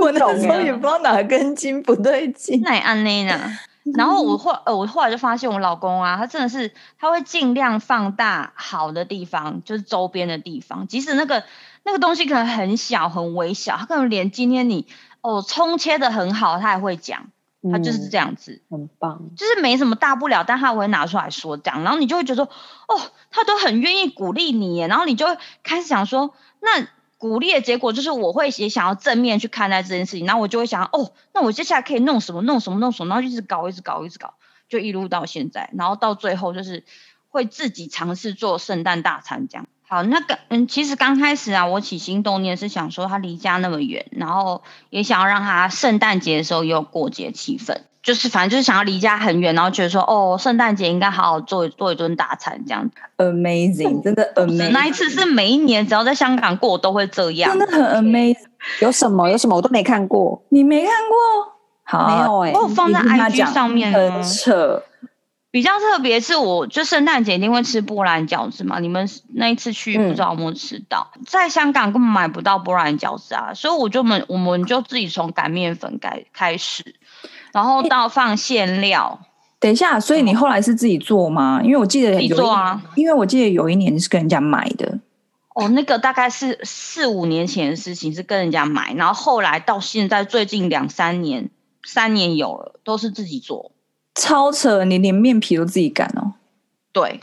Speaker 2: 我那时
Speaker 3: 懂
Speaker 2: 候
Speaker 3: 欸
Speaker 2: 也不知道哪根筋不对劲。
Speaker 1: 那也按那呢？然后我后呃，我后来就发现我老公啊，他真的是他会尽量放大好的地方，就是周边的地方，即使那个那个东西可能很小很微小，他可能连今天你哦葱切的很好，他也会讲，他就是
Speaker 3: 嗯
Speaker 1: 这样子，
Speaker 3: 很棒。
Speaker 1: 就是没什么大不了，但他会拿出来说这样，然后你就会觉得说哦，他都很愿意鼓励你耶，然后你就会开始想说那。鼓励的结果就是我会也想要正面去看待这件事情，然后我就会想哦，那我接下来可以弄什么弄什么弄什么，然后就一直搞一直搞一直搞，就一路到现在，然后到最后就是会自己尝试做圣诞大餐这样。好，那个嗯，其实刚开始啊，我起心动念是想说他离家那么远，然后也想要让他圣诞节的时候也有过节气氛，就是反正就是想要离家很远，然后觉得说哦，圣诞节应该好好做做一顿大餐这样。
Speaker 2: Amazing，真
Speaker 3: [LAUGHS]
Speaker 2: 的 amazing，
Speaker 1: 那一次是每一年只要在香港过都会这样
Speaker 2: 真，的很 amazing，
Speaker 3: 有什么？有什么我都没看过，
Speaker 2: 你没看过？好，
Speaker 3: 没有哎、
Speaker 1: 我有放在
Speaker 2: 欸你听他
Speaker 1: IG
Speaker 2: 讲
Speaker 1: 上面啊
Speaker 2: 很。扯。
Speaker 1: 比较特别是我，就圣诞节一定会吃波兰饺子嘛。你们那一次去
Speaker 3: 嗯
Speaker 1: 不知道有没有吃到，在香港根本买不到波兰饺子啊，所以我就们我们就自己从擀面粉改开始，然后到放馅料，
Speaker 2: 等一下，所以你后来是自己做吗？因为我记得有一
Speaker 1: 自己做啊，
Speaker 2: 因为我记得有一年是跟人家买的，
Speaker 1: 哦，那个大概是四五年前的事情，是跟人家买，然后后来到现在最近两三年，三年有了，都是自己做。
Speaker 2: 超扯，你连面皮都自己擀哦。
Speaker 1: 对，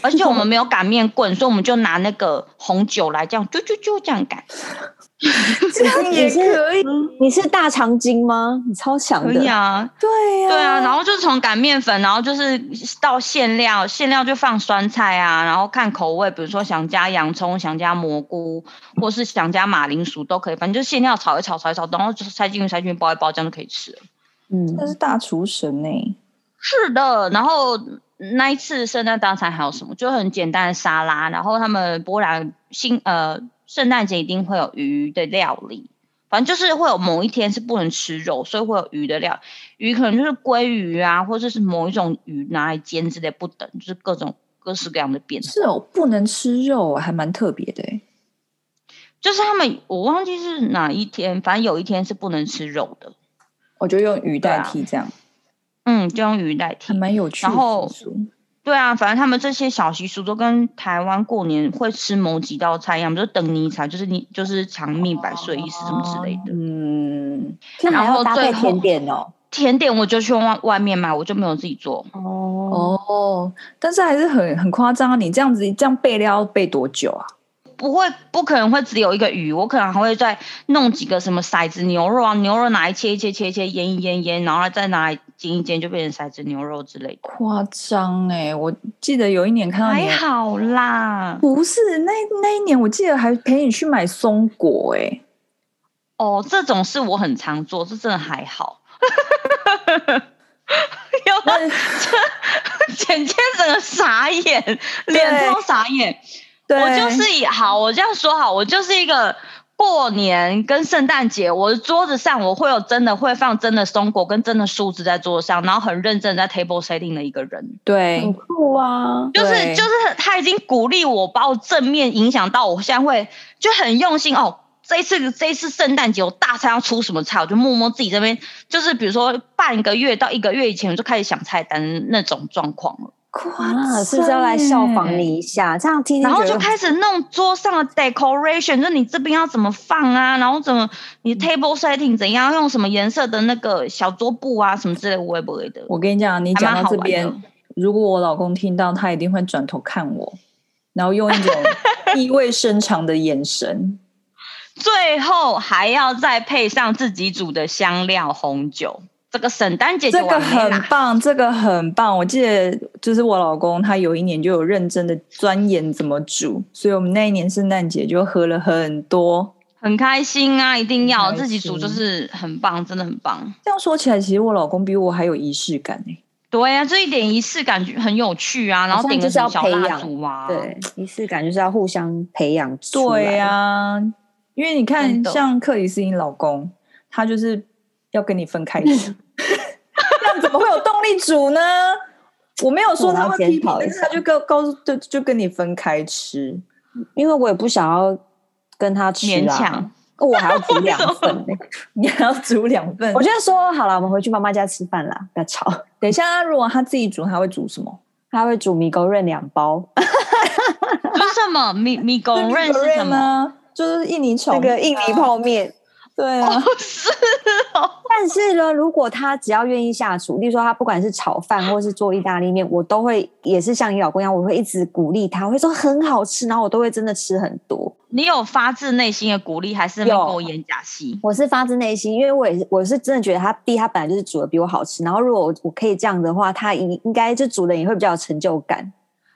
Speaker 1: 而且我们没有擀面棍，所以我们就拿那个红酒来这样啾啾啾这样擀，
Speaker 2: 这样
Speaker 3: 也可
Speaker 2: 以，
Speaker 3: 你是大肠经吗？你超强
Speaker 1: 可
Speaker 3: 的，
Speaker 1: 以啊。
Speaker 2: 对呀、
Speaker 1: 对啊，然后就是从擀面粉，然后就是到馅料，馅料就放酸菜啊，然后看口味，比如说想加洋葱、想加蘑菇，或是想加马铃薯都可以，反正就馅料炒一炒、炒一炒，然后就是塞进去、塞进去、包一包，这样就可以吃了。
Speaker 3: 嗯
Speaker 2: 那，是大厨神呢、欸
Speaker 1: 是的，然后那一次圣诞大餐还有什么？就很简单的沙拉，然后他们波兰新呃圣诞节一定会有鱼的料理，反正就是会有某一天是不能吃肉，所以会有鱼的料，鱼可能就是鲑鱼啊，或者是某一种鱼拿来煎之类不等，就是各种各式各样的变
Speaker 2: 是哦，不能吃肉，还蛮特别的、欸。
Speaker 1: 就是他们我忘记是哪一天，反正有一天是不能吃肉的，
Speaker 2: 我就用鱼代替这样，
Speaker 1: 嗯，就用鱼代替
Speaker 2: 还。蛮有趣的
Speaker 1: 然后
Speaker 2: 习俗。
Speaker 1: 对啊，反正他们这些小习俗都跟台湾过年会吃某几道菜一样，比如说等你茶，就是你就是长命百岁意思什么之类的。
Speaker 2: 嗯，
Speaker 3: 那还
Speaker 1: 然后
Speaker 3: 要搭配
Speaker 1: 最后
Speaker 3: 甜点哦。
Speaker 1: 甜点我就去外外面买，我就没有自己做。
Speaker 3: 哦，
Speaker 2: 哦，但是还是很很夸张啊！你这样子这样备料要备多久啊？
Speaker 1: 不会，不可能会只有一个鱼，我可能还会再弄几个什么骰子牛肉啊，牛肉拿来切一切切一切，腌一腌腌，然后再拿来煎一煎，就变成骰子牛肉之类的。
Speaker 2: 夸张哎！我记得有一年看到你
Speaker 1: 还，好啦，
Speaker 2: 不是那那一年，我记得还陪你去买松果哎、
Speaker 1: 哦，这种事我很常做，这真的还好。 [LAUGHS] 啊要不然 [LAUGHS] 这简介整个傻眼，脸
Speaker 2: 对
Speaker 1: 超傻眼。
Speaker 2: 对，
Speaker 1: 我就是以好，我这样说好，我就是一个过年跟圣诞节，我的桌子上我会有真的会放真的松果跟真的树枝在桌子上，然后很认真地在 table setting 的一个人。
Speaker 3: 很
Speaker 1: 嗯
Speaker 2: 对，
Speaker 3: 酷啊！
Speaker 1: 就是
Speaker 2: 对
Speaker 1: 就是他已经鼓励我，把我正面影响到我现在会就很用心哦。这一次这一次圣诞节我大餐要出什么菜，我就默默自己这边就是比如说半个月到一个月以前我就开始想菜单那种状况了，
Speaker 3: 啊，是不是要来效仿你一下？这样听听，
Speaker 1: 然后就开始弄桌上的 decoration，就是你这边要怎么放啊，然后怎么
Speaker 2: 嗯
Speaker 1: 你 table setting 怎样用什么颜色的那个小桌布啊什么之类的，我也不会的。
Speaker 2: 我跟你讲，你
Speaker 1: 还蛮
Speaker 2: 讲到
Speaker 1: 好
Speaker 2: 这
Speaker 1: 玩的
Speaker 2: 边，如果我老公听到，他一定会转头看我，然后用一种意味深长的眼神。
Speaker 1: 最后还要再配上自己煮的香料红酒， [LAUGHS] 这个圣诞节
Speaker 2: 这
Speaker 1: 就
Speaker 2: 个
Speaker 1: 完美
Speaker 2: 很
Speaker 1: 啦。
Speaker 2: 棒，这个很棒。我记得就是我老公，他有一年就有认真的钻研怎么煮，所以我们那一年圣诞节就喝了很多。
Speaker 1: 很开心啊，一定要
Speaker 2: 很开心
Speaker 1: 自己煮，就是很棒，真的很棒。
Speaker 2: 这样说起来，其实我老公比我还有仪式感哎、
Speaker 1: 对啊，这一点仪式感很有趣啊，然后点个什么小蜡烛啊，
Speaker 3: 对仪式感，就是要互相培养出来。
Speaker 2: 对啊呀、因为你
Speaker 1: 真
Speaker 2: 看，
Speaker 1: 的
Speaker 2: 像克里斯汀老公，他就是要跟你分开吃，这样怎么会有动力煮呢？我没有说他会批评，
Speaker 3: 我要检讨一
Speaker 2: 但
Speaker 3: 下
Speaker 2: 是他就跟告诉就就跟你分开吃。
Speaker 3: 因为我也不想要跟他吃、啊，
Speaker 1: 勉强，
Speaker 3: 我还要煮两份呢、
Speaker 2: 你还要煮两份
Speaker 3: 我。就说好了，我们回去妈妈家吃饭啦，不要吵。
Speaker 2: 等一下，如果他自己煮，他会煮什么？
Speaker 3: 他会煮米狗润两包，
Speaker 1: 就是什么米米
Speaker 2: [LAUGHS]
Speaker 1: 拱哦认是什 [LAUGHS] 么？
Speaker 2: 呢？就是印尼炒
Speaker 3: 那
Speaker 2: 面
Speaker 3: 个印尼泡面。
Speaker 2: 对啊，
Speaker 1: 是
Speaker 3: 但是呢，如果他只要愿意下厨，例如说他不管是炒饭或是做意大利面，我都会也是像你老公一样，我会一直鼓励他，我会说很好吃，然后我都会真的吃很多。
Speaker 1: 你有发自内心的鼓励，还是没
Speaker 3: 有
Speaker 1: 我演假戏？
Speaker 3: 我是发自内心，因为我也是我是真的觉得他第一他本来就是煮的比我好吃，然后如果我我可以这样的话，他应应该就煮的也会比较有成就感。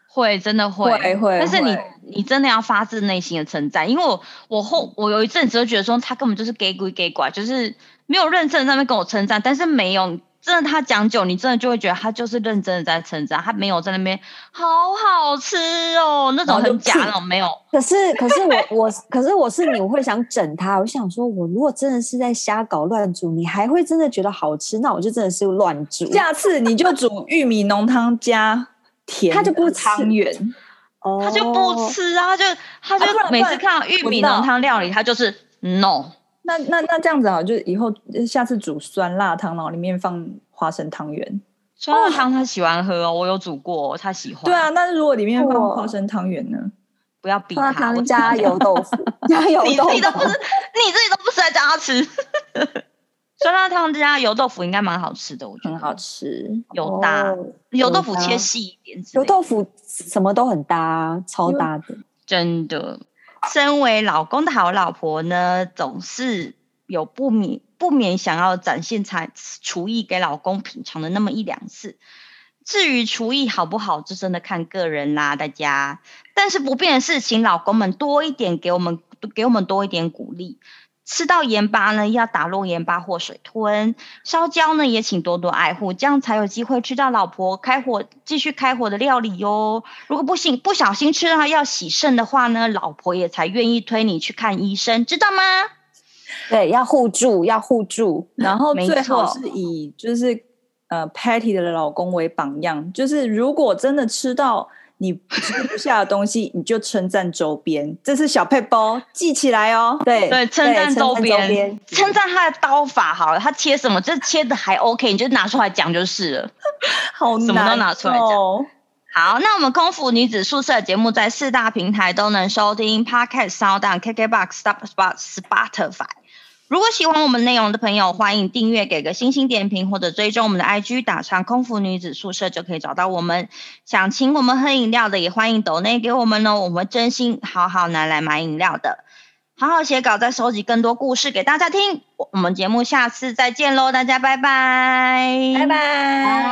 Speaker 1: 会，真的会，
Speaker 2: 会会
Speaker 1: 但是你
Speaker 2: 会
Speaker 1: 你真的要发自内心的称赞，因为我我后我有一阵子就觉得说他根本就是 gay 鬼 gay 拐，就是没有认真地在那边跟我称赞，但是没有真的他讲久，你真的就会觉得他就是认真的在称赞，他没有在那边好好吃哦那种
Speaker 2: 然后就
Speaker 1: 很假
Speaker 2: 屁
Speaker 1: 那种没有，
Speaker 3: 可是可是我我可是我是你，我会想整他，我想说我如果真的是在瞎搞乱煮，你还会真的觉得好吃，那我就真的是乱煮。
Speaker 2: 下次你就煮玉米浓汤加甜的，
Speaker 3: 他就不吃
Speaker 2: 汤圆，
Speaker 3: 哦
Speaker 1: 他就不吃啊，他就他就
Speaker 2: 啊不然
Speaker 1: 每次
Speaker 2: 不然
Speaker 1: 看到玉
Speaker 2: 我
Speaker 1: 米
Speaker 2: 知道哦
Speaker 1: 浓汤料理，他就是 no。
Speaker 2: 那那那这样子啊，就以后呃下次煮酸辣汤，然后里面放花生汤圆。
Speaker 1: 酸辣汤他喜欢喝哦，我有煮过哦，他喜欢。
Speaker 2: 对，啊，那如果里面放
Speaker 3: 哇
Speaker 2: 花生汤圆呢？
Speaker 1: 不要逼
Speaker 3: 花
Speaker 1: 他。我
Speaker 3: 汤啊加油豆腐，
Speaker 1: [LAUGHS]
Speaker 3: 加油
Speaker 1: 你
Speaker 3: 豆
Speaker 1: 自
Speaker 3: 腐
Speaker 1: 己。都不是，你自己都不是来叫他吃。 [LAUGHS] 酸辣汤加油豆腐应该蛮好吃的，我觉得
Speaker 2: 很好吃，
Speaker 1: 有搭、
Speaker 3: 哦
Speaker 1: 油豆腐
Speaker 3: 有搭
Speaker 1: 切细一点之类
Speaker 3: 油
Speaker 1: 的，
Speaker 3: 豆腐什么都很搭啊，超搭的。
Speaker 1: 真的。身为老公的好老婆呢，总是有不免不免想要展现才厨艺给老公品尝的那么一两次。至于厨艺好不好，就真的看个人啦，大家。但是不变的是，请老公们多一点给我们给我们多一点鼓励。吃到盐巴呢，要打落盐巴或水吞；烧焦呢，也请多多爱护，这样才有机会吃到老婆开火继续开火的料理哟。如果不行不小心吃到要洗肾的话呢，老婆也才愿意推你去看医生，知道吗？
Speaker 3: 对，要互助，要互助。
Speaker 2: 然后
Speaker 1: 没
Speaker 2: 最好
Speaker 1: 错
Speaker 2: 是以就是呃 Patty 的老公为榜样，就是如果真的吃到你吃不下的东西，你就称赞周边，这是小配包，记起来哦。
Speaker 3: 对
Speaker 1: 对，称赞周边
Speaker 3: 边，，
Speaker 1: 称赞他的刀法好了，他切什么，这切的还 OK，你就拿出来讲就是了。
Speaker 2: 好
Speaker 1: 什么
Speaker 2: 难、哦，
Speaker 1: 都拿出来讲好，那我们空腹女子宿舍节目在四大平台都能收听，Podcast、Sound、KKBox、Stop Spot、Spotify。如果喜欢我们内容的朋友，欢迎订阅、给个星星点评或者追踪我们的 IG，打上“空腹女子宿舍”就可以找到我们。想请我们喝饮料的，也欢迎抖内给我们哦，我们会真心好好拿来买饮料的。好好写稿，再收集更多故事给大家听。我我们节目下次再见喽，大家拜拜，
Speaker 2: 拜拜，拜。